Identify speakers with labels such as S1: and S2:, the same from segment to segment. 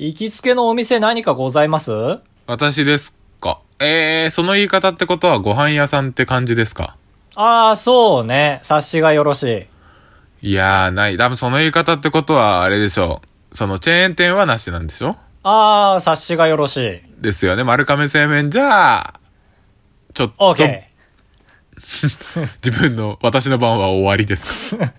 S1: 行きつけのお店何かございます
S2: 私ですかえー、その言い方ってことはご飯屋さんって感じですか
S1: ああ、そうね。察しがよろしい。
S2: いやー、ない。多分その言い方ってことは、あれでしょう。そのチェーン店はなしなんでしょ
S1: ああ、察しがよろしい。
S2: ですよね。丸亀製麺じゃ、ちょっと、
S1: OK。
S2: 自分の、私の番は終わりですか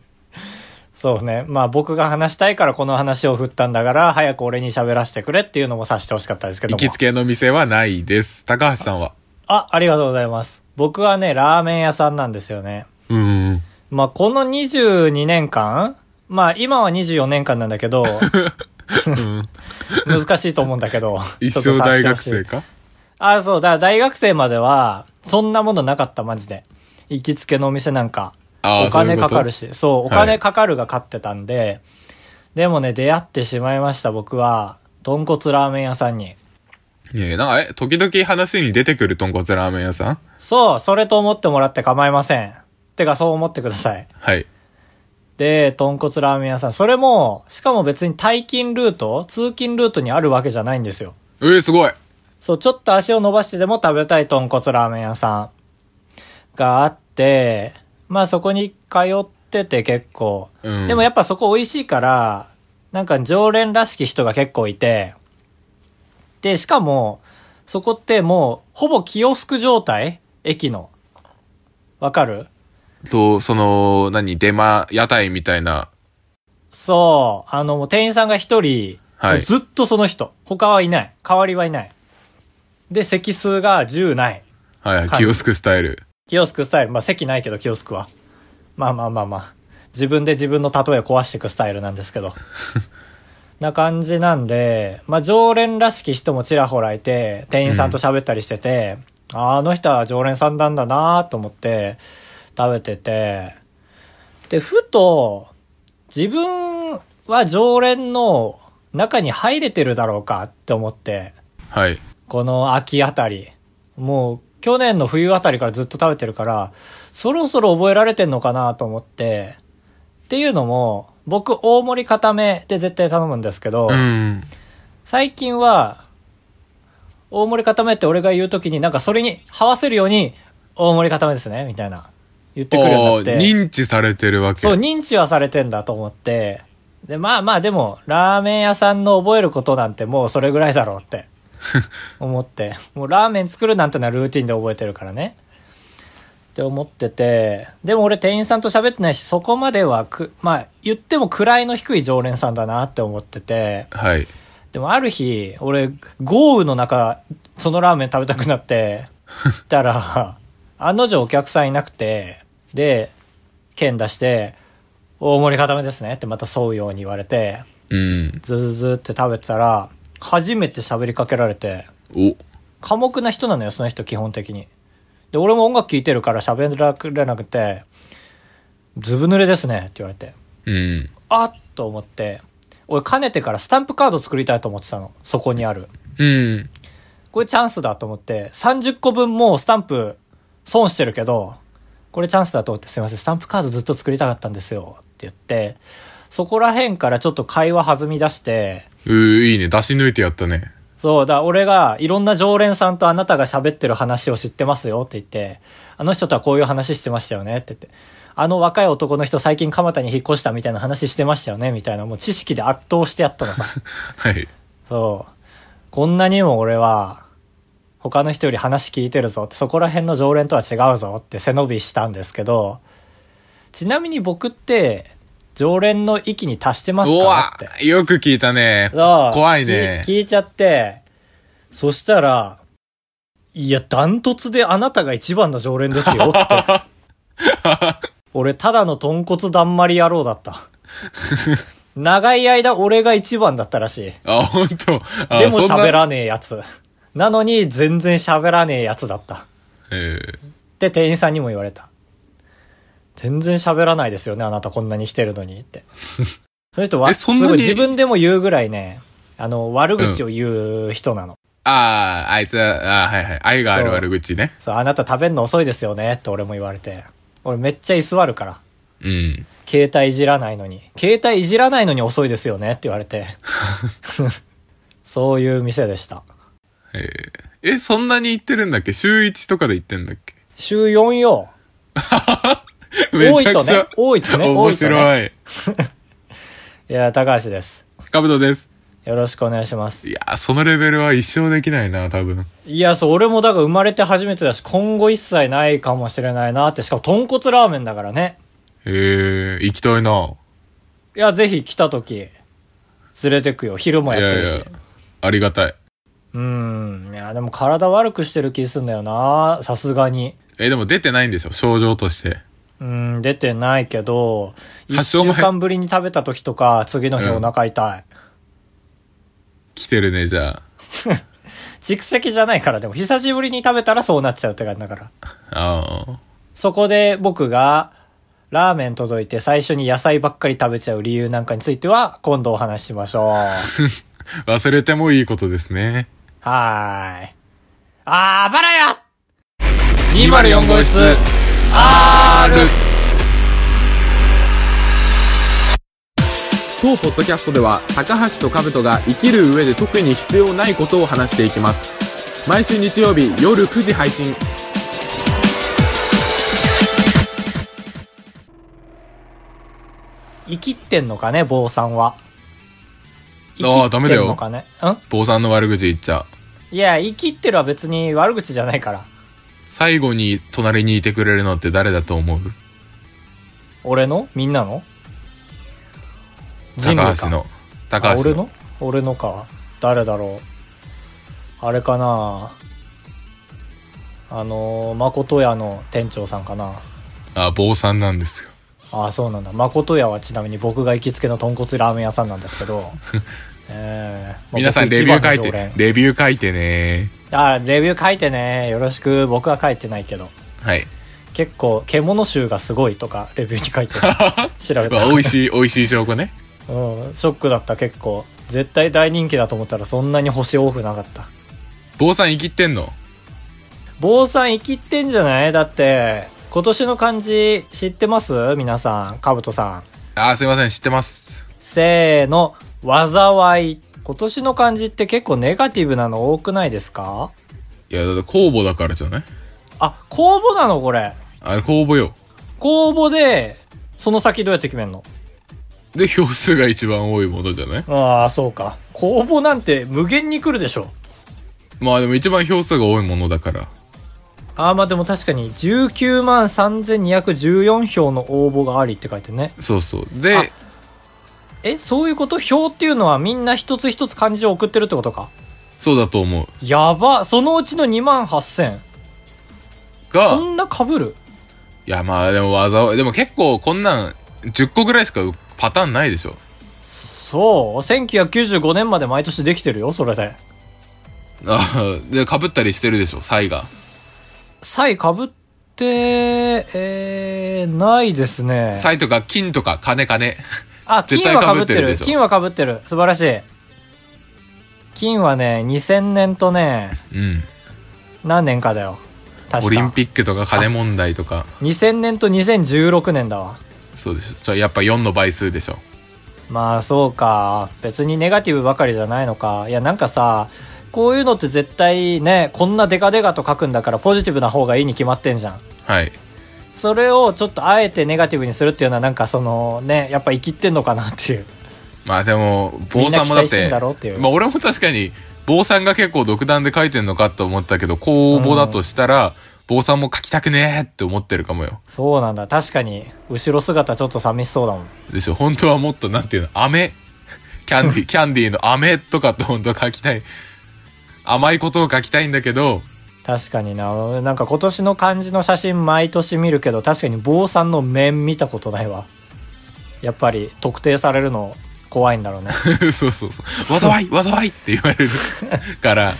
S1: そうね。まあ僕が話したいからこの話を振ったんだから、早く俺に喋らせてくれっていうのも察してほしかったですけど
S2: 行
S1: も。
S2: きつけの店はないです。高橋さんは。
S1: あ、ありがとうございます。僕はね、ラーメン屋さんなんですよね。
S2: うーん。
S1: まあこの22年間まあ今は24年間なんだけ ど、 難しいと思うんだけど。
S2: 一
S1: ちょっ
S2: 生
S1: と察
S2: 大
S1: して
S2: 学
S1: ほしい
S2: 生か
S1: あ、そうだ、大学生までは、そんなものなかった、マジで。行きつけのお店なんか。
S2: あー
S1: お金かかる
S2: そ
S1: し、そうお
S2: は
S1: 金
S2: い
S1: かかるが勝ってたんで、でもね、出会ってしまいました、僕は。豚骨ラーメン屋さんに。
S2: いやいや、なんか、え、時々話に出てくる豚骨ラーメン屋さん
S1: そう、それと思ってもらって構いません。てか、そう思ってください。
S2: はい。
S1: で、豚骨ラーメン屋さん。それも、しかも別に退勤ルート、通勤ルートにあるわけじゃないんですよ。
S2: えー、すごい
S1: そう、ちょっと足を伸ばしてでも食べたい豚骨ラーメン屋さんがあって、まあそこに通ってて結構。
S2: うん
S1: でもやっぱそこ美味しいから、なんか常連らしき人が結構いて、で、しかも、そこってもう、ほぼキオスク状態駅の。わかる
S2: そう、その、何、出間、屋台みたいな。
S1: そう、あの、もう店員さんが一人、
S2: はい
S1: もうずっとその人。他はいない。代わりはいない。で、席数が10ない。
S2: はい、
S1: はい
S2: キオスクスタイル。
S1: キオスクスタイル。まあ、席ないけど、キオスクは。まあまあまあまあ。自分で自分の例えを壊していくスタイルなんですけど。な感じなんで、まあ、常連らしき人もちらほらいて、店員さんと喋ったりしてて、ああの人は常連さんなんだなと思って、食べてて、で、ふと、自分は常連の中に入れてるだろうかって思って、
S2: はい。
S1: この秋あたり。もう、去年の冬あたりからずっと食べてるから、そろそろ覚えられてんのかなと思って、っていうのも、僕、大盛り固めで絶対頼むんですけど、
S2: うん。
S1: 最近は、大盛り固めって俺が言うときに、なんかそれに、はわせるように、大盛り固めですね、みたいな、言ってくるようになって。
S2: あー認知されてるわけ。
S1: そう、認知はされてんだと思って、で、まあまあでも、ラーメン屋さんの覚えることなんてもうそれぐらいだろうって 思って、もうラーメン作るなんてのはルーティンで覚えてるからね。って思ってて、でも俺店員さんと喋ってないし、そこまではく、まあ言っても位の低い常連さんだなって思ってて、
S2: はい。
S1: でもある日、俺、豪雨の中、そのラーメン食べたくなって、行ったら、案の定お客さんいなくて、で、券出して、大盛り固めですねってまた沿うように言われて、
S2: うん。
S1: ずーずーって食べてたら、初めて喋りかけられて、
S2: お。
S1: 寡黙な人なのよ、その人基本的に。で、俺も音楽聴いてるから喋らなくて、ずぶ濡れですねって言われて。
S2: うん。
S1: あっと思って、俺かねてからスタンプカード作りたいと思ってたの。そこにある。
S2: うん。
S1: これチャンスだと思って、30個分もうスタンプ損してるけど、これチャンスだと思って、すいません、スタンプカードずっと作りたかったんですよって言って、そこら辺からちょっと会話弾み出して、
S2: うー、いいね。出し抜いてやったね。
S1: そうだ、俺がいろんな常連さんとあなたが喋ってる話を知ってますよって言って、あの人とはこういう話してましたよねって言って、あの若い男の人最近蒲田に引っ越したみたいな話してましたよねみたいな、もう知識で圧倒してやったのさ。
S2: はい。
S1: そう。こんなにも俺は、他の人より話聞いてるぞって、そこら辺の常連とは違うぞって背伸びしたんですけど、ちなみに僕って、常連の域に達してます
S2: う
S1: か
S2: わ
S1: って。
S2: よく聞いたね。
S1: そう
S2: 怖いね
S1: 聞。聞いちゃって、そしたら、いや、ダントツであなたが一番の常連ですよって。 俺、ただの豚骨だんまり野郎だった。長い間俺が一番だったらしい。
S2: あ、ほんと。あ
S1: でも
S2: そんな
S1: 喋らねえやつ。なのに全然喋らねえやつだった。っ
S2: え
S1: て店員さんにも言われた。全然喋らないですよね、あなたこんなに来てるのに って。その人は、
S2: え
S1: す
S2: そんなに
S1: ごい自分でも言うぐらいね、あの、悪口を言う人なの。
S2: ー、あー、あいつは、あーはいはい。愛がある悪口ね。
S1: そう、あなた食べんの遅いですよね、って俺も言われて。俺めっちゃ居座るから。
S2: うん。
S1: 携帯いじらないのに。携帯いじらないのに遅いですよねって言われて。 そういう店でした。
S2: えーえ、そんなに行ってるんだっけ週1とかで行ってんだっけ
S1: 週4よ。
S2: め
S1: 多い
S2: ちゃ
S1: と
S2: くち
S1: ね
S2: ゃ。、
S1: 多いとね、多
S2: 面
S1: いと
S2: 白
S1: ね。
S2: い。
S1: いや、高橋です。
S2: カブトです。
S1: よろしくお願いします。
S2: いやー、そのレベルは一生できないな、多分。
S1: いや、そう、俺もだから生まれて初めてだし、今後一切ないかもしれないなって、しかも豚骨ラーメンだからね。
S2: えー、行きたいな。
S1: いや、ぜひ来た時、連れてくよ。昼も
S2: い
S1: やって
S2: や
S1: る
S2: い
S1: し。
S2: や、ありがたい。
S1: うん。いや、でも体悪くしてる気すんだよな。さすがに。
S2: えーでも出てないんですよ、症状として。
S1: うん、出てないけど、一
S2: 発
S1: 週
S2: 症も
S1: 間ぶりに食べた時とか、次の日お腹痛い。
S2: 来てるね、じゃ
S1: 蓄積じゃないから、でも久しぶりに食べたらそうなっちゃうって感じだから。
S2: あ。ああ。
S1: そこで僕が、ラーメン届いて最初に野菜ばっかり食べちゃう理由なんかについては、今度お話ししまし ょう。
S2: 忘れてもいいことですね。
S1: はーい。あーばらや
S2: 204号室
S1: R!
S3: 当ポッドキャストでは高橋と兜が生きる上で特に必要ないことを話していきます毎週日曜日夜9時配信
S1: 生きってんのかね、坊さんは。
S2: あーダメだ
S1: 生きっ
S2: よ
S1: てんのかね。
S2: 坊さんの悪口言っちゃう。
S1: んいや、生きってるは別に悪口じゃないから。
S2: 最後に隣にいてくれるのって誰だと思う
S1: 俺のみんなの人類
S2: 高
S1: か
S2: 橋の。高
S1: あ
S2: 橋
S1: 俺の俺のか誰だろうあれかなあのー誠屋の店長さんかな
S2: あ、坊さんなんですよ。
S1: ああそうなんだ誠屋はちなみに僕が行きつけの豚骨ラーメン屋さんなんですけ どえーまあ
S2: 皆さん
S1: 僕
S2: レ
S1: 一
S2: ビュ
S1: 番
S2: ー書い
S1: の常
S2: て
S1: 連、
S2: レビュー書いてね。
S1: あーレビュー書いてねよろしく僕は書いてないけど
S2: はい。
S1: 結構獣臭がすごいとかレビューに書いてる 調べ
S2: ま
S1: た
S2: あ、美味しい、美味しい証拠ね。
S1: うん、ショックだった結構絶対大人気だと思ったらそんなに星多くなかった
S2: 坊さん生きってんの
S1: 坊さん生きってんじゃないだって今年の漢字知ってます皆さんかぶとさん
S2: あー、すいません、知ってます。
S1: せーの災い今年の漢字って結構ネガティブなの多くないですか
S2: いや、だって公募だからじゃない
S1: あ公募なのこれ
S2: あれ公募よ。
S1: 公募でその先どうやって決めんの
S2: で、票数が一番多いものじゃない
S1: ああそうか公募なんて無限に来るでしょ
S2: まあでも一番票数が多いものだから。
S1: ああまあでも確かに19万3214票の応募がありって書いてね
S2: そうそう。
S1: あ
S2: で、
S1: えそういうこと表っていうのはみんな一つ一つ漢字を送ってるってことか
S2: そうだと思う。
S1: やばそのうちの2万8000
S2: が、
S1: こんなかぶる
S2: いやまあでも技を、でも結構こんなん10個ぐらいしかパターンないでしょ。
S1: そう1995年まで毎年できてるよそれで
S2: あで、被ったりしてるでしょ、サイが。
S1: 歳かぶってえー、ないですね
S2: サイとか金とか金金。
S1: あ
S2: 絶
S1: 金
S2: 対
S1: は
S2: か
S1: かぶ
S2: ぶ
S1: っ
S2: ってて
S1: る
S2: るでしょ
S1: 金はかぶってる素晴らしい金はね2000年とね
S2: うん。
S1: 何年かだよ確か
S2: オリンピックとか金問題とか。
S1: 2000年と2016年だわ
S2: そうでしょ。じゃあやっぱ4の倍数でしょ。
S1: まあそうか別にネガティブばかりじゃないのかいやなんかさこういうのって絶対ねこんなデカデカと書くんだからポジティブな方がいいに決まってんじゃん
S2: はい。
S1: それをちょっとあえてネガティブにするっていうのはなんかそのねやっぱ生きってんのかなっていう
S2: まあでも、坊さんもだっ
S1: みんな期待して
S2: て、
S1: んだろうっていう
S2: まあ俺も確かに、坊さんが結構独断で書いてんのかと思ったけど、公募だとしたら、坊さんも書きたくねえって思ってるかもよ。
S1: そうなんだ確かに後ろ姿ちょっと寂しそうだもん
S2: でしょ本当はもっとなんていうの飴キャン ディーキャンディーの飴とかって本当は書きたい甘いことを書きたいんだけど
S1: 確かにななんか今年の漢字の写真毎年見るけど確かに坊さんの面見たことないわやっぱり特定されるの怖いんだろうね
S2: そうそ うそう災い災いって言われるから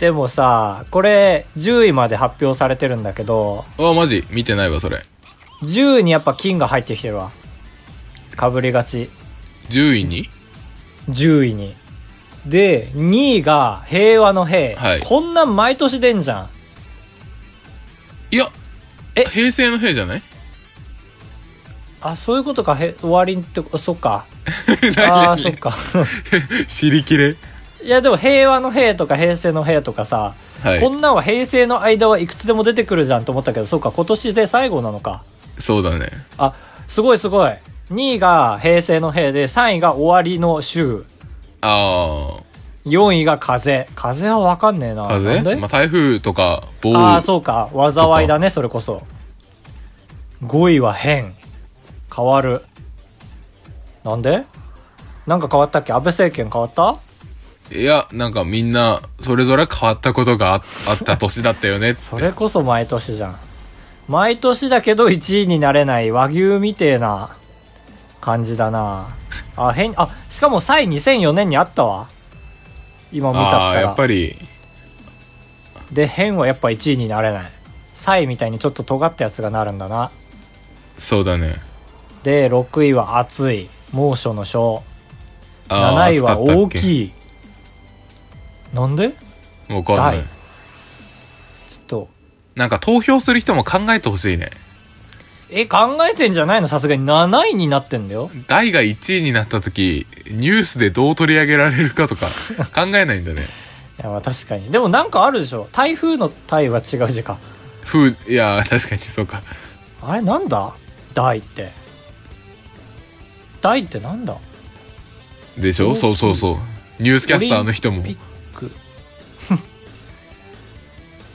S1: でもさこれ10位まで発表されてるんだけど
S2: あマジ見てないわそれ
S1: 10位にやっぱ金が入ってきてるわかぶりがち
S2: 10位に
S1: 10位にで2位が平和の平、
S2: はい
S1: こんなん毎年出んじゃん
S2: いや
S1: え
S2: 平成の平じゃない
S1: あそういう ことかへ終わりってそっか
S2: 何
S1: あー
S2: 何
S1: そっか
S2: 知りきれ
S1: いやでも平和の平とか平成の平とかさ、
S2: はい
S1: こんなんは平成の間はいくつでも出てくるじゃんと思ったけどそうか今年で最後なのか
S2: そうだね。
S1: あすごいすごい2位が平成の平で3位が終わりの週
S2: あ
S1: 4位が風風は分かんねえな
S2: あ、
S1: なん
S2: 風
S1: で、
S2: まあ、台風とか暴
S1: ああ
S2: 雨。
S1: そうか災いだねそれこそ5位は変変わるなんでなんか変わったっけ安倍政権変わった
S2: いや、なんかみんな、それぞれ変わったことがああった年だったよね っ
S1: そ
S2: て。
S1: れこそ毎年じゃん毎年だけど1位になれない和牛みてえな感じだなあ変あしかも3位2004年にあったわ今見た
S2: あ
S1: っ
S2: あ、
S1: た
S2: やっ
S1: ら
S2: ぱり、
S1: で変はやっぱ1位になれない3位みたいにちょっと尖ったやつがなるんだな
S2: そうだね。
S1: で6位は暑い猛暑の章
S2: ああ
S1: 7位は
S2: 暑かったっ
S1: 大
S2: け
S1: きいなんでちょ
S2: わかんない
S1: 大。っと
S2: なんか投票する人も考えてほしいね。
S1: え考えてんじゃないのさすがに7位になってんだよ
S2: 大が1位になった時、ニュースでどう取り上げられるかとか考えないんだね。
S1: いやまあ確かにでもなんかあるでしょ台風の台は違う字か
S2: ふう、いや、確かにそうか。
S1: あれなんだ台って台ってなんだ
S2: でし
S1: 大
S2: ょ
S1: きい
S2: そうそうそう。ニュースキャスターの人
S1: オ
S2: も
S1: リン。ピック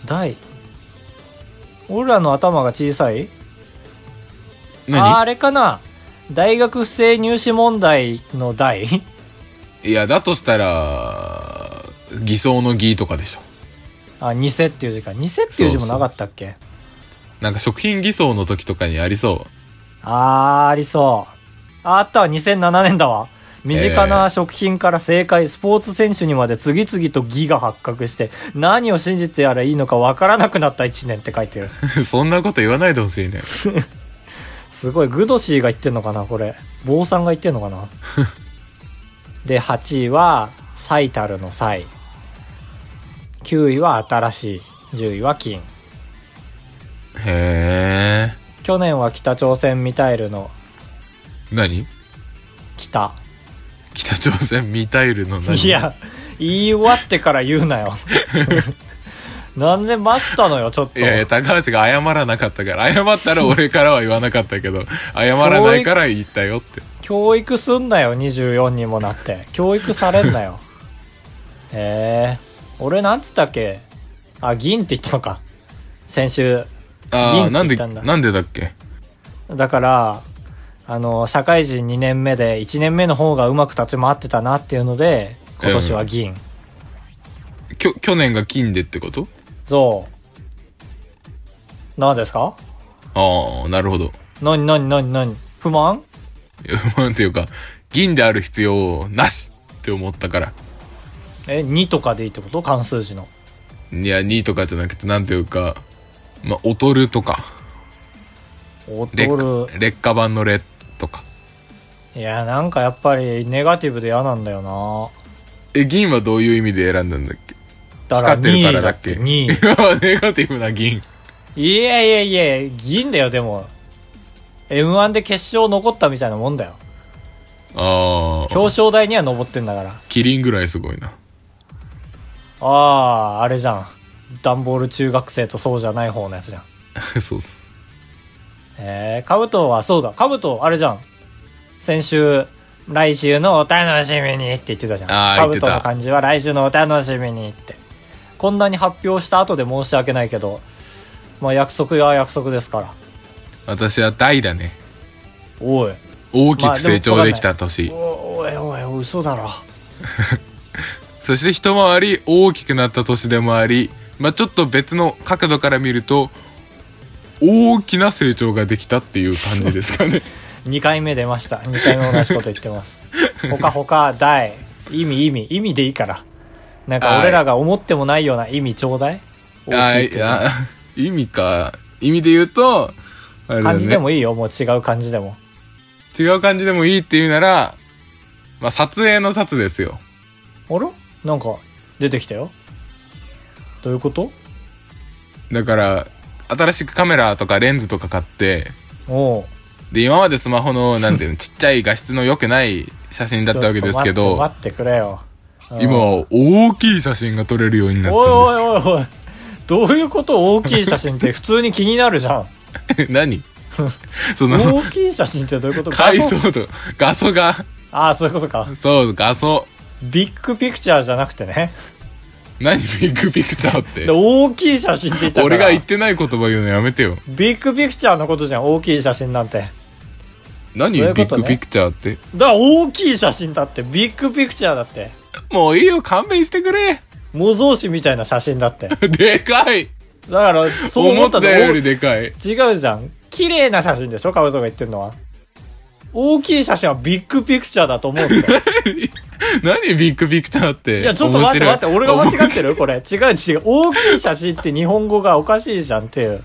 S1: 台俺らの頭が小さいあ
S2: 何
S1: あれかな大学不正入試問題の題
S2: いや、だとしたら、偽装の偽とかでしょ。
S1: あ偽っていう字か偽っていう字もなかったっけ
S2: なんか食品偽装の時とかにありそう。
S1: あーありそうああったわ2007年だわ身近な食品から正解、スポーツ選手にまで次々と義が発覚して何を信じてやらいいのかわからなくなった1年って書いてる
S2: そんなこと言わないでほしいね。
S1: すごいグドシーが言ってんのかなこれ坊さんが言ってんのか なで8位は最たるの最9位は新しい10位は金
S2: へえ。
S1: 去年は北朝鮮ミタイルの
S2: 何
S1: 北
S2: 北朝鮮ミタイルの何
S1: い。や、言い終わってから言うな よ。なんで待ったのよ、ちょっと。
S2: いやいや、高橋が謝らなかったから、謝ったら俺からは言わなかったけど、謝らないから言ったよって。
S1: 教育すんなよ、24にもなって。教育されんな よ。へえ。俺なんつったっけあ、銀って言ったのか。先週。
S2: ああ、
S1: 銀
S2: な
S1: っ
S2: ん
S1: て
S2: で、
S1: 言ったんだ
S2: なんでだっけ
S1: だから、あの、社会人2年目で、1年目の方がうまく立ち回ってたなっていうので、今年は銀。
S2: きょ去年が金でってこと
S1: そう。何ですか
S2: ああ、なるほど。
S1: 何何何何不満
S2: いやなんていうか、銀である必要なしって思ったから。
S1: え、2とかでいいってこと関数字の。
S2: いや、2とかじゃなくて、なんていうか、まあ、劣るとか、劣
S1: 劣
S2: 化劣化版の劣とか。
S1: るいやなんかやっぱりネガティブで嫌なんだよな
S2: え、銀はどういう意味で選んだんだっけ
S1: だから
S2: 光っ
S1: 2
S2: て
S1: 位
S2: るから
S1: だ
S2: だ
S1: っ
S2: ってけ
S1: 2
S2: ネガティブな銀。
S1: 位いやいやいや銀だよでも m 1で決勝残ったみたいなもんだよ
S2: ああ、
S1: 表彰台には上ってんだから
S2: キリンぐらいすごいな。
S1: あああれじゃん段ボール中学生とそうじゃない方のやつじゃん
S2: そうそう。
S1: えー、カブトはそうだカブトあれじゃん先週来週のお楽しみにって言ってたじゃんカ
S2: あー言っ
S1: ブ
S2: て
S1: ト
S2: た
S1: の感じは来週のお楽しみにってこんなに発表した後で申し訳ないけどまあ約束は約束ですから
S2: 私は大だね。
S1: おい
S2: 大きく成長できた年。
S1: おおいおいおい嘘だろ
S2: そして一回り大きくなった年でもあり、まあ、ちょっと別の角度から見ると、大きな成長ができたっていう感じですかね。
S1: 2回目出ました2回目同じこと言ってます ほかほか大意味意味意味でいいからなんか俺らが思ってもないような意味ちょうだい
S2: あ
S1: 大きいって
S2: あ意味か。意味で言うと、あれだね
S1: 感じでもいいよもう違う感じでも
S2: 違う感じでもいいっていうなら、まあ、撮影の撮ですよ。
S1: あれなんか出てきたよどういうこと
S2: だから、新しくカメラとかレンズとか買って、
S1: おう
S2: で、今ま でスマホの、なんていうの、ちっちゃい画質の良くない写真だったわけですけ
S1: ちょっと
S2: ど、
S1: 待って待ってくれよ
S2: 今は大きい写真が撮れるようになったん
S1: おいおいおいおいどういうこと大きい写真って普通に気になるじゃん
S2: です よ 何その
S1: 大きい写真ってどういうこと
S2: 解
S1: 画素
S2: 像度画素が
S1: ああそういうことか
S2: そう画素
S1: ビッグピクチャーじゃなくてね
S2: 何ビッグピクチャーって
S1: で大きい写真って言ったから
S2: 俺が言ってない言葉言うのやめてよ
S1: ビッグピクチャーのことじゃん大きい写真なんてだか
S2: 何
S1: そういう
S2: ビ
S1: こ
S2: ッ
S1: とね
S2: グピクチャーって
S1: ら大きい写真だってビッグピクチャーだって
S2: もういいよ勘弁してくれ
S1: 模造紙みたいな写真だってだ
S2: でかい
S1: からそう思
S2: 思
S1: っ
S2: ったた
S1: の
S2: よりでかい
S1: 違うじゃん綺麗な写真でしょカブトが言ってるのは大きい写真はビッグピクチャーだと思うんだよ
S2: 何ビッグピクチャーって
S1: いや、ちょっと待って
S2: 面
S1: 待
S2: 白い
S1: って、俺が間違ってるこれ。違う違う。大きい写真って日本語がおかしいじゃんっていう。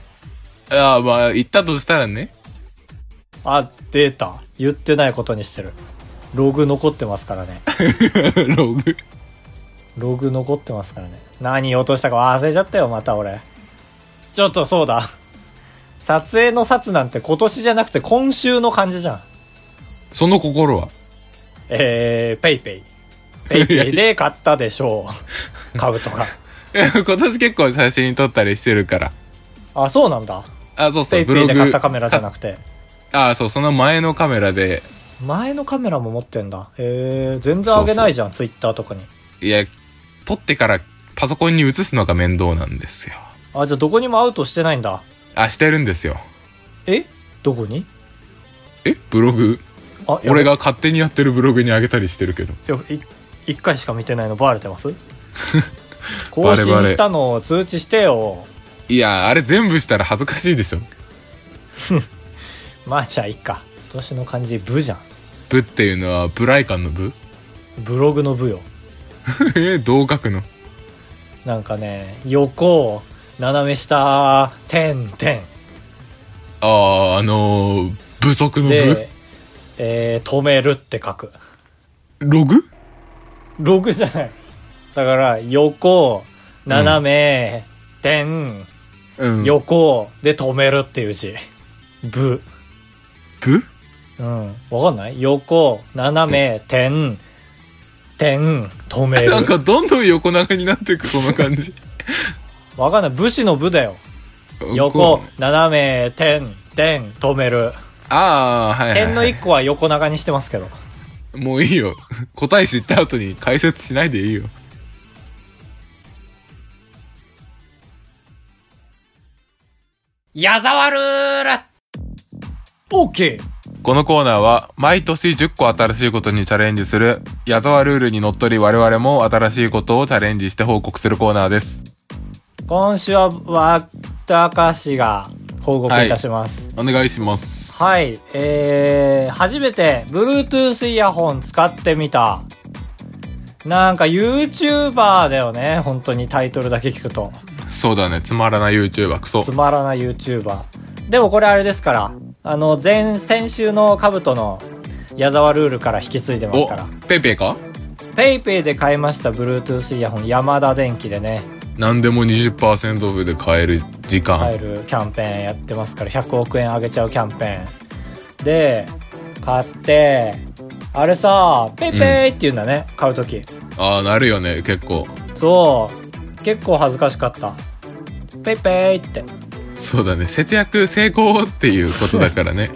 S2: ああまあ言ったとしたらね
S1: あ、データ。言ってないことにしてる。ログ残ってますからね。
S2: ログ
S1: ログ残ってますからね。何落としたか忘れちゃったよ、また俺。ちょっとそうだ。撮影の札なんて今年じゃなくて今週の感じじゃん。
S2: その心は
S1: えー、ペイペイ。ペイペイで買ったでしょ う。株とか。
S2: いや今年結構写真撮ったりしてるから
S1: あ、そうなんだ。
S2: あそうそ
S1: ペ
S2: う
S1: イ
S2: ブ
S1: ペイ
S2: ロ
S1: で
S2: グ
S1: 買ったカメラじゃ
S2: か
S1: なくて。
S2: あそうその前のカメラで
S1: 前のカメラも持ってんだへえ全然あげないじゃんツイッターとかに
S2: いや撮ってからパソコンに写すのが面倒なんですよ
S1: あじゃあどこにもアウトしてないんだ
S2: あしてるんですよ
S1: えどこに
S2: えブログ
S1: あやば
S2: 俺が勝手にやってるブログに上げたりしてるけど
S1: やばい1回しか見てないのバレてます 更新したのを通知してよ
S2: いやあれ全部したら恥ずかしいでしょ
S1: まあじゃあいっか今年の漢字「部」じゃん
S2: 部っていうのはブライカンの部
S1: ブログの「部」よ
S2: えどう書くの
S1: なんかね横斜め下点点
S2: あああのー、不足の部
S1: で、えー止めるって書く
S2: ログ
S1: ログじゃないだから横斜め、点
S2: うん
S1: 横で止めるっていう字。ぶ。
S2: 部
S1: うん。わかんない横、斜め、点、点、止め
S2: なん
S1: る。
S2: かどんどん横長になっていくその感じ
S1: わかんない。武士の部だよ。 横、斜め、点、点、止める。
S2: ああはい、はいはい、
S1: 点の一個は横長にしてますけど。
S2: もういいよ答え知った後に解説しないでいいよ
S1: 矢沢ルールオッケー
S2: このコーナーは毎年10個新しいことにチャレンジする矢沢ルールにのっとり我々も新しいことをチャレンジして報告するコーナーです
S1: 今週は、私が報告いたします。
S2: お願いします
S1: はい、えー、初めて Bluetooth イヤホン使ってみた。なんか YouTuber だよね、本当にタイトルだけ聞くと。
S2: そうだねつまらない YouTuber クソ
S1: つまらない YouTuber。でもこれあれですから、あの、前、先週のカブトの矢沢ルールから引き継いでます
S2: お
S1: から。
S2: ペイペイか
S1: PayPay で買いました Bluetooth イヤホン、山田電機でね、
S2: 何でも20%オフで買える時間、
S1: 買えるキャンペーンやってますから、100億円あげちゃうキャンペーン。で、買って、あれさ、ペイペイって言うんだね、買うとき。
S2: ああなるよね結構
S1: そう、結構恥ずかしかった。ペイペイって。
S2: そうだね節約成功っていうことだか らね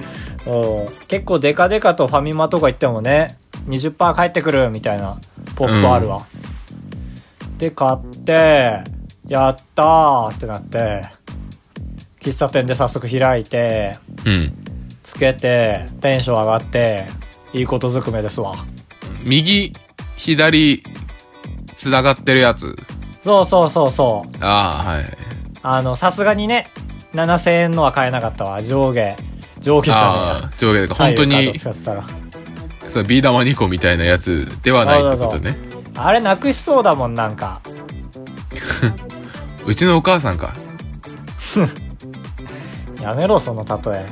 S1: うん結構デカデカとファミマとか行ってもね、20%返ってくるみたいなポップあるわ。で、買って、やったーってなって、喫茶店で早速開いて、
S2: うん
S1: つけてテンション上がっていいことずくめですわ
S2: 右左つながってるやつ
S1: そうそうそうそう
S2: ああはい
S1: あのさすがにね7000円のは買えなかったわ上下上下
S2: あ
S1: 車
S2: あ上下で本当にそうビー玉2個みたいなやつではないってことね
S1: あれなくしそうだもんなんか
S2: うちのお母さんか
S1: やめろその例え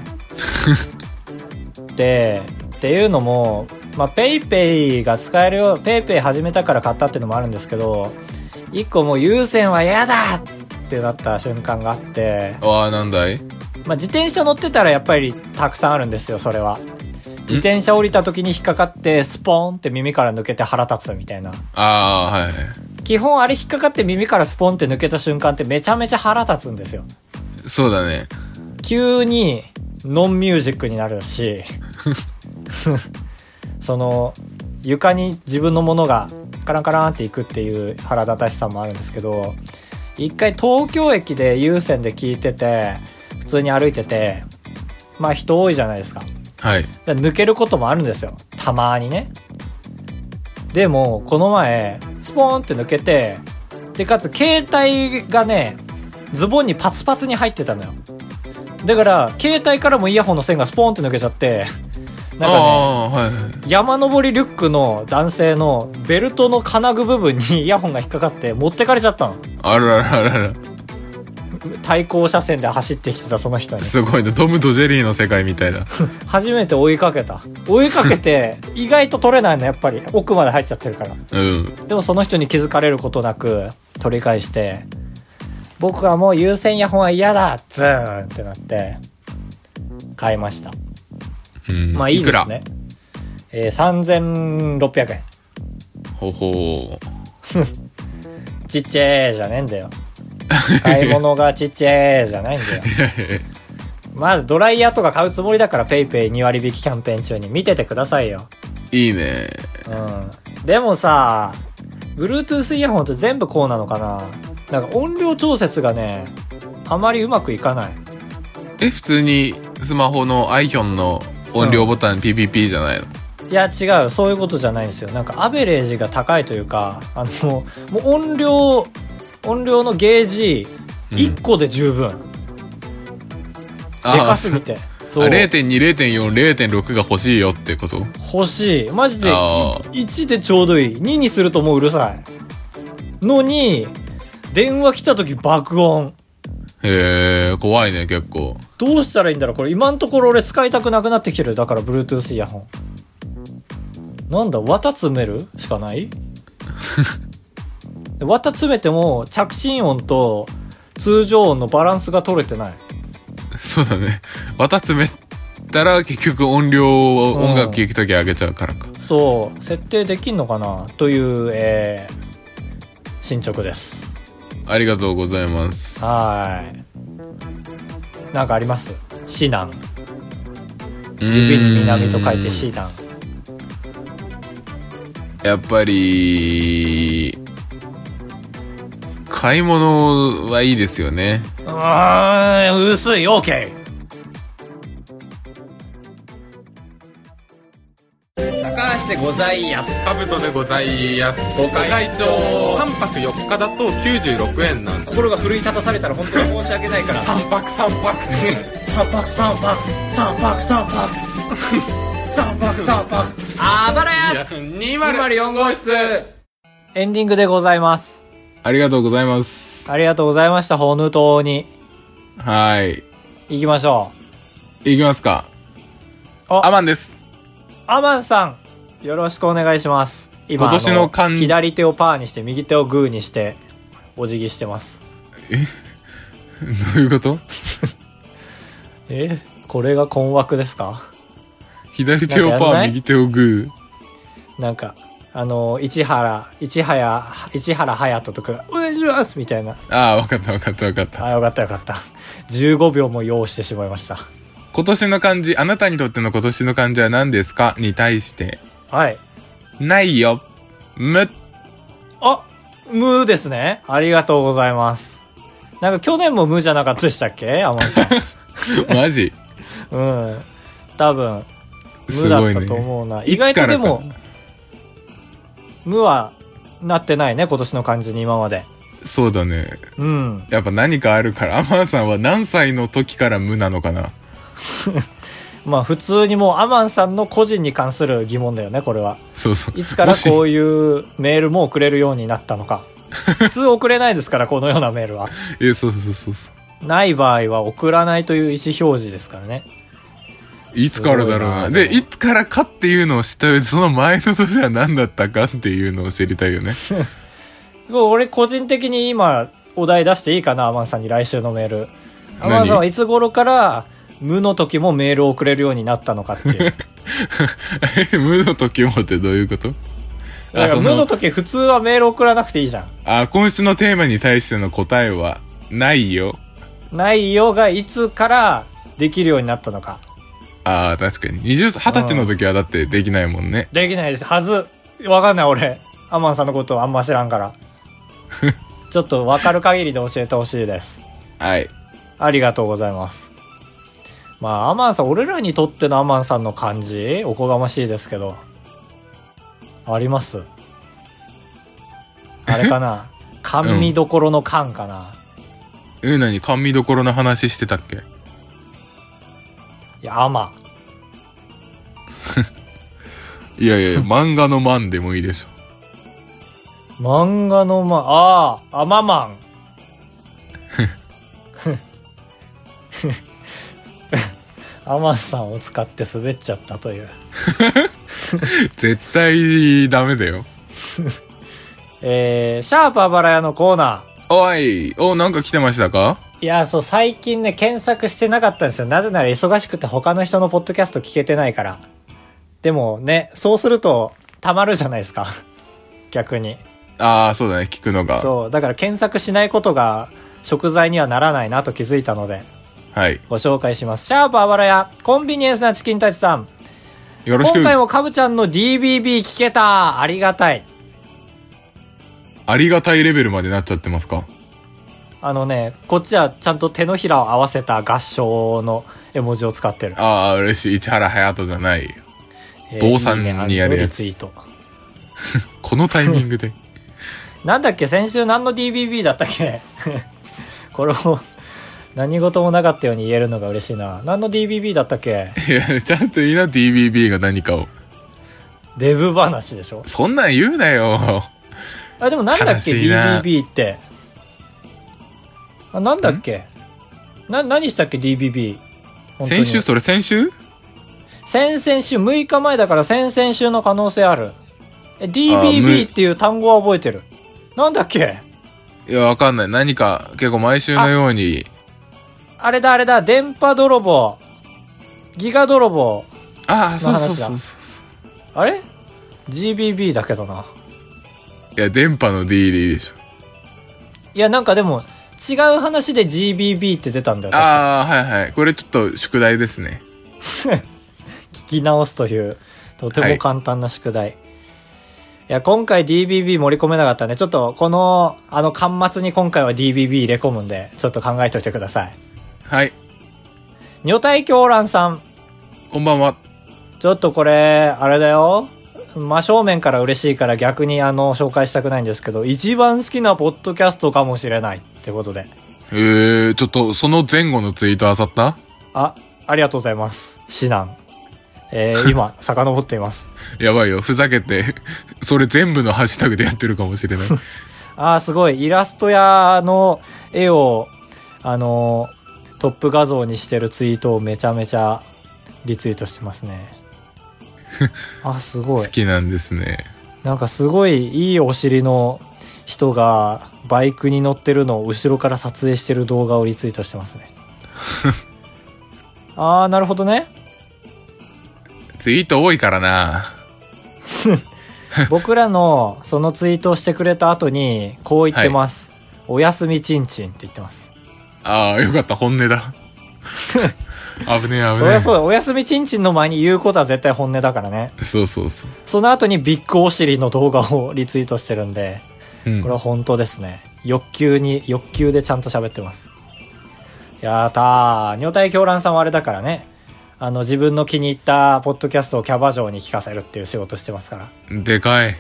S1: でっていうのもまあペイペイが使えるよペイペイ始めたから買ったっていうのもあるんですけど一個もう優先は嫌だってなった瞬間があって
S2: ああなんだい
S1: まあ、自転車乗ってたらやっぱりたくさんあるんですよそれは自転車降りた時に引っかかって、スポーンって耳から抜けて腹立つみたいな。
S2: ああー、はいはい。
S1: 基本あれ引っかかって耳からスポンって抜けた瞬間ってめちゃめちゃ腹立つんですよ。
S2: そうだね。
S1: 急にノンミュージックになるし その床に自分のものがカランカランっていくっていう腹立たしさもあるんですけど一回東京駅で有線で聞いてて普通に歩いててまあ人多いじゃないですか
S2: はい。
S1: だから抜けることもあるんですよたまにねでもこの前スポーンって抜けてでかつ携帯がねズボンにパツパツに入ってたのよだから携帯からもイヤホンの線がスポーンって抜けちゃってなんかね
S2: ああー、はいはい。
S1: 山登りリュックの男性のベルトの金具部分にイ ヤホンが引っかかって持ってかれちゃったの
S2: あららららら。
S1: 対向車線で走ってきてたその人に
S2: すごいな。トムとジェリーの世界みた いだ。
S1: 初めて追いかけた追いかけて意外と取れないのやっぱり奥まで入っちゃってるから
S2: うん。
S1: でもその人に気づかれることなく取り返して、僕はもう優先イヤホンは嫌だズーンってなって、買いました。
S2: うん、
S1: まあいい
S2: く
S1: で
S2: ら
S1: すね。えー、3600円。
S2: ほほ
S1: ちっちゃえじゃねえん だよ。買い物がちっちゃえじゃないんだよ。
S2: う。
S1: まずドライヤーとか買うつもりだから、ペイペイ2割引きキャンペーン中に見ててくださいよ。
S2: いいね。
S1: うん。でもさ、Bluetooth イヤホンって全部こうなのかななんか音量調節がね、あまりうまくいかない。
S2: え、普通にスマホの iPhone の音量ボタン PPP じゃないの、
S1: いや違うそういうことじゃないんですよなんかアベレージが高いというかあのもう音量音量のゲージ
S2: うん
S1: 1個で十分、
S2: あ
S1: で
S2: ー
S1: かすぎ て
S2: あ
S1: そう
S2: 0.2、0.4、0.6が欲しいよってこと
S1: 欲しいマジでい
S2: あー
S1: 1でちょうどいい2にするともううるさいのに電話来た時爆音
S2: へえ、怖いね、結構。
S1: どうしたらいいんだろうこれ今のところ俺使いたくなくなってきてるだから Bluetooth イヤホンなんだ綿詰めるしかない綿詰めても着信音と通常音のバランスが取れてない
S2: そうだね。綿詰めたら結局音量を音楽聴くとき上げちゃうからか。
S1: そう設定できんのかなという、えー、進捗です
S2: ありがとうございます。
S1: はーいなんかあります指南指
S2: 指
S1: に南と書いて指南
S2: やっぱり、買い物はいいですよね。
S1: うーん薄い OK 高橋でございやす
S3: カブトでございますご会長3泊4日だと96円なん
S1: 心が奮い立たされたら本当に申し訳ないから
S3: 3泊3泊
S1: 三泊三泊三泊三 泊三泊三泊あばらや
S3: 204号室
S1: エンディングでございます
S2: ありがとうございます。
S1: ありがとうございましたホヌ島に
S2: はい。
S1: 行きましょ
S2: いきますか。
S1: あ
S2: アマンです。
S1: うアマンさんよろしくお願いします今
S2: 今年の
S1: あ
S2: 漢
S1: 左手をパーにして右手をグーにしてお辞儀してます
S2: どういうこと
S1: えこれが困惑ですか
S2: 左手を
S1: なんかやん
S2: パ
S1: な
S2: ー、
S1: い
S2: 右手をグ
S1: なんか、あの、市原、市原、市原隼人とか、お願いしますみたいな。
S2: ー。ああ、わかったわかったわかった。
S1: あ、よかったよかった。15秒も用意してしまいました。
S2: 今年の漢字、あなたにとっての今年の漢字は何ですかに対して、
S1: はい。
S2: ないよ。 む。
S1: あ、無ですね。ありがとうございます。なんか去年も無じゃなかったでしたっけアマン さん。
S2: マジ。
S1: うん。多分、無
S2: す
S1: だ
S2: ご
S1: っ
S2: い
S1: た
S2: ね
S1: と。思うな。
S2: い
S1: 意
S2: つから
S1: 外
S2: か
S1: とでも、無はなってないね、今年の漢字に今まで。
S2: そうだね。
S1: うん。
S2: やっぱ何かあるから、アマンさんは何歳の時から無なのかな
S1: まあ普通にもうアマンさんの個人に関する疑問だよね、これは。
S2: そうそう。
S1: いつからこ
S2: もし
S1: ういうメールも送れるようになったのか。普通送れないですから、このようなメールは。
S2: え、そうそうそうそう。
S1: ない場合は送らないという意思表示ですからね。
S2: いつからだろうな。
S1: すごいな
S2: で、
S1: でも
S2: いつからかっていうのを知った上で、その前の年は何だったかっていうのを知りたい よね。
S1: 俺個人的に今お題出していいかな、アマンさんに来週のメール。ア
S2: 何
S1: マンさんはいつ頃から無の時もメールを送れるようになったのかっていう。
S2: え無の時もってどういうこと
S1: だから
S2: そ
S1: 無の時普通はメール送らなくていいじゃん。
S2: あ、今週のテーマに対しての答えは、ないよ。
S1: ないよがいつからできるようになったのか。
S2: ああ、確かに。20、20歳の時はだってできないもんね。
S1: できないです。はず。わかんない俺。アマンさんのことあんま知らんから。ちょっとわかる限りで教えてほしいです。
S2: はい。
S1: ありがとうございます。まあ、アマンさん、俺らにとってのアマンさんの感じ、おこがましいですけど、ありますあれかな甘味どころの感かな、
S2: え、なに、甘味どころの話してたっけ
S1: いや、アマ。
S2: いやいや いや、漫画のマンでもいいでしょ。
S1: 漫画のま、ああ、アママン。アマンさんを使って滑っちゃったという。
S2: 絶対ダメだよ。
S1: えー、シャープあばら屋のコーナー。
S2: おい、お、なんか来てましたか
S1: いや、そう、最近ね、検索してなかったんですよ。なぜなら忙しくて他の人のポッドキャスト聞けてないから。でもね、そうすると、溜まるじゃないですか。逆に。
S2: ああ、そうだね、聞くのが。
S1: そう、だから検索しないことが、食材にはならないなと気づいたので、
S2: はい。
S1: ご紹介します。シャープあばらや、コンビニエンスなチキンたちさん。
S2: よろし
S1: 今
S2: く。
S1: 回もカブちゃんの DBB 聞けた。ありがたい。
S2: ありがたいレベルまでなっちゃってますか
S1: あのね、こっちはちゃんと手のひらを合わせた合唱の絵文字を使ってる。
S2: ああ、嬉しい。市原隼人じゃない。
S1: えー
S2: 坊さん
S1: いいね
S2: にやるやつ
S1: リツイート。
S2: このタイミングで。
S1: なんだっけ先週何の DBB だったっけ これを何事もなかったように言えるのが嬉しいな。何の DBB だったっけ
S2: いや、ちゃんと言いな、DBB が何かを。
S1: デブ話でしょ
S2: そんなん言うな よ。
S1: あ、でもなんだっけ
S2: 悲しいな
S1: ?DBB って。あ、なんだっけな、何したっけ ?DBB。本当に
S2: 先週、それ先週
S1: 先々週、6日前だから先々週の可能性ある。え、
S2: む
S1: DBB っていう単語は覚えてる。なんだっけ
S2: いや、わかんない。何か、結構毎週のように。
S1: あれだあれだ、電波泥棒。ギガ泥棒。
S2: ああ、そう
S1: の
S2: そう
S1: 話だ
S2: そうそう。
S1: あれ ?GBB だけどな。
S2: いや、電波の D でいいでしょ。
S1: いや、なんかでも、違う話で GBB って出たんだよ。私
S2: ああ、はいはい。これちょっと宿題ですね。
S1: 聞き直すという、とても簡単な宿題。い、や、今回 DBB 盛り込めなかったね。ちょっと、この、あの、端末に今回は DBB 入れ込むんで、ちょっと考えておいてください。
S2: はい。
S1: 女体狂乱さん。
S2: こんばんは。
S1: ちょっとこれ、あれだよ。真正面から嬉しいから逆にあの、紹介したくないんですけど、一番好きなポッドキャストかもしれないってことで。
S2: えー、ちょっと、その前後のツイートあさった
S1: あ、ありがとうございます。指南。えー、今、遡っています。
S2: やばいよ。ふざけて、 それ全部のハッシュタグでやってるかもしれ ない。
S1: あー、すごい。イラスト屋の絵を、あのートップ画像にしてるツイートをめちゃめちゃリツイートしてます ね。あ、すご
S2: 好
S1: い。
S2: きなんですね。
S1: なんかすごいいいお尻の人がバイクに乗ってるのを後ろから撮影してる動画をリツイートしてます ね。あー、なるほどね。
S2: ツイート多いからな。
S1: 僕らのそのツイートをしてくれた後にこう言ってます、おやすみちんちんって言ってます、
S2: ああ、よかった。本音 だ。危ねえ、危
S1: そ
S2: ね
S1: り
S2: え。
S1: ゃそうだおやすみちんちんの前に言うことは絶対本音だからね
S2: そうそうそう。
S1: その後にビッグお尻の動画をリツイートしてるんで
S2: うん
S1: これは本当ですね欲求に欲求でちゃんと喋ってますやったー女体狂乱さんはあれだからねあの自分の気に入ったポッドキャストをキャバ嬢に聞かせるっていう仕事してますから
S2: でかい。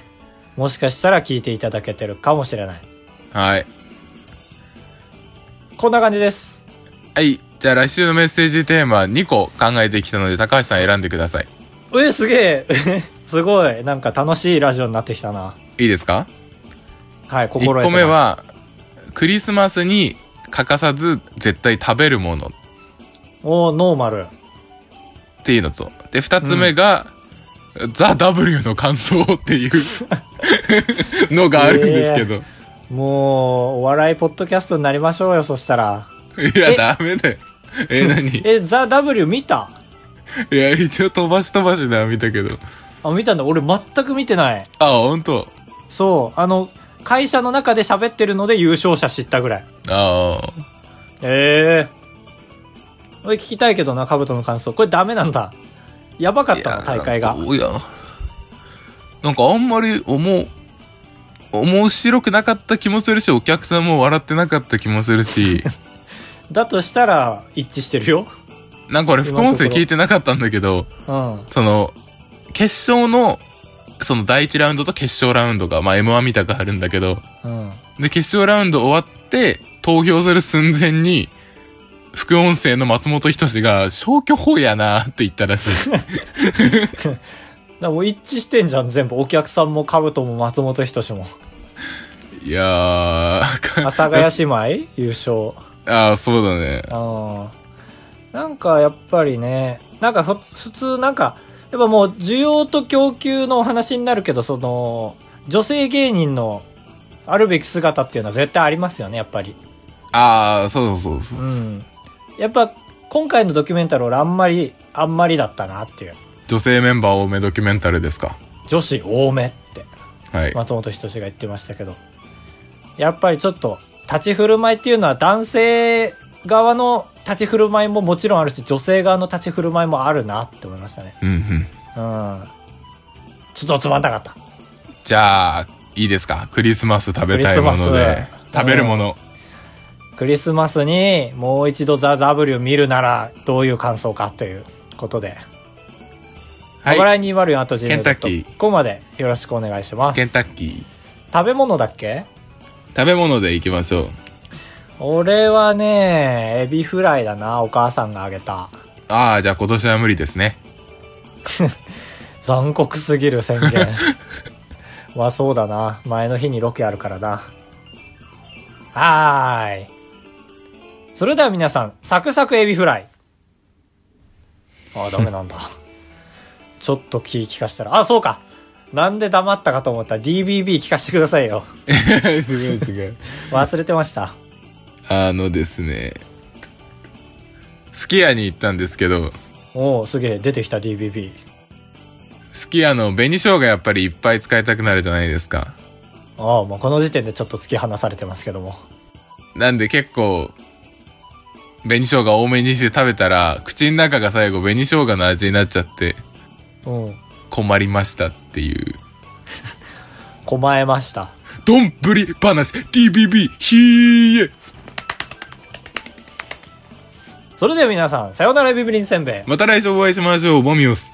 S1: もしかしたら聞いていただけてるかもしれない
S2: はい。
S1: こんな感じです
S2: はい。じゃあ来週のメッセージテーマ2個考えてきたので、高橋さん選んでください。
S1: えすげえ すごいなんか楽しいラジオになってきたない
S2: いですか
S1: はい
S2: 1
S1: 心得てます
S2: 個目は、クリスマスに欠かさず絶対食べるもの
S1: おーノーマル
S2: っていうのと。で、2つ目が、ザ・ W の感想っていう のがあるんですけど。
S1: もうお笑いポッドキャストになりましょうよそしたら
S2: いや、ダメだよ。え、何
S1: えザ・ W 見た
S2: いや、一応飛ばし飛ばしでは見たけど。
S1: あ、見たんだ。俺全く見てない。
S2: あ、本当
S1: そう。あの、会社の中で喋ってるので優勝者知ったぐらい。
S2: ああ。
S1: ええ俺聞きたいけどな、カブトの感想。これダメなんだ。やばかったの、大会が。
S2: いやどうやなんかあんまり思う面白くなかった気もするしお客さんも笑ってなかった気もす るし
S1: だとしたら、一致してるよ。
S2: なんか俺副音声聞いてなかったんだけど
S1: うん。
S2: その決勝のその第1ラウンドと決勝ラウンドが、まあ、m 1みたくあるんだけど
S1: うん。
S2: で決勝ラウンド終わって投票する寸前に副音声の松本人志が消去法やなって言ったらしい
S1: だからもう一致してんじゃん、全部。お客さんもカブトも松本人志も。
S2: いやー
S1: 阿佐ヶ谷姉妹優勝。
S2: ああそうだね
S1: あーなんかやっぱりね、なんかふ普通なんか、やっぱもう需要と供給のお話になるけど、その、女性芸人のあるべき姿っていうのは絶対ありますよね、やっぱり。
S2: ああ、そうそうそうそ
S1: う
S2: う、
S1: ん。やっぱ今回のドキュメンタル俺あんまり、あんまりだったなっていう。
S2: 女性メンバー多めドキュメンタルですか。
S1: 女子多めって
S2: はい。
S1: 松本人志が言ってましたけど。やっぱりちょっと立ち振る舞いっていうのは男性側の立ち振る舞いももちろんあるし、女性側の立ち振る舞いもあるなって思いましたね。
S2: うんうん。
S1: うんちょっとつまんなかった。
S2: じゃあ、いいですか。クリスマス食べたいもの
S1: クリスマ
S2: で
S1: ス。
S2: 食べるもの。
S1: クリスマスにもう一度ザ・ W を見るならどういう感想かということで。
S2: は
S1: ご
S2: い。
S1: 覧に悪い後じ
S2: ケンタッキー
S1: ここまでよろしくお願いします。
S2: ケンタッキー。
S1: 食べ物だっけ
S2: 食べ物でいきましょう。
S1: 俺はね、エビフライだな、お母さんがあげた。
S2: ああ、じゃあ今年は無理ですね。
S1: 残酷すぎる宣言。 まあそうだな。前の日にロケあるからな。はーい。それでは皆さん、サクサクエビフライ。ああ、ダメなんだ。 ちょっと気聞かしたら、あ、そうか。なんで黙ったかと思った DBB 聞かせてくださいよ。
S2: すごいすごい。
S1: 忘れてました。
S2: あのですね。すき家に行ったんですけど、
S1: おお、すげえ、出てきた DBB。
S2: すき家の紅生姜やっぱりいっぱい使いたくなるじゃないですか。
S1: ああ、もうこの時点でちょっと突き放されてますけども。
S2: なんで結構、紅生姜多めにして食べたら、口の中が最後紅生姜の味になっちゃって、
S1: うん。
S2: 困りましたっていう。
S1: こまえました。
S2: どんぶり話 TBB ひーえ
S1: それでは皆さん、さようならエビブリンせんべい。
S2: また来週お会いしましょう。ボミオス。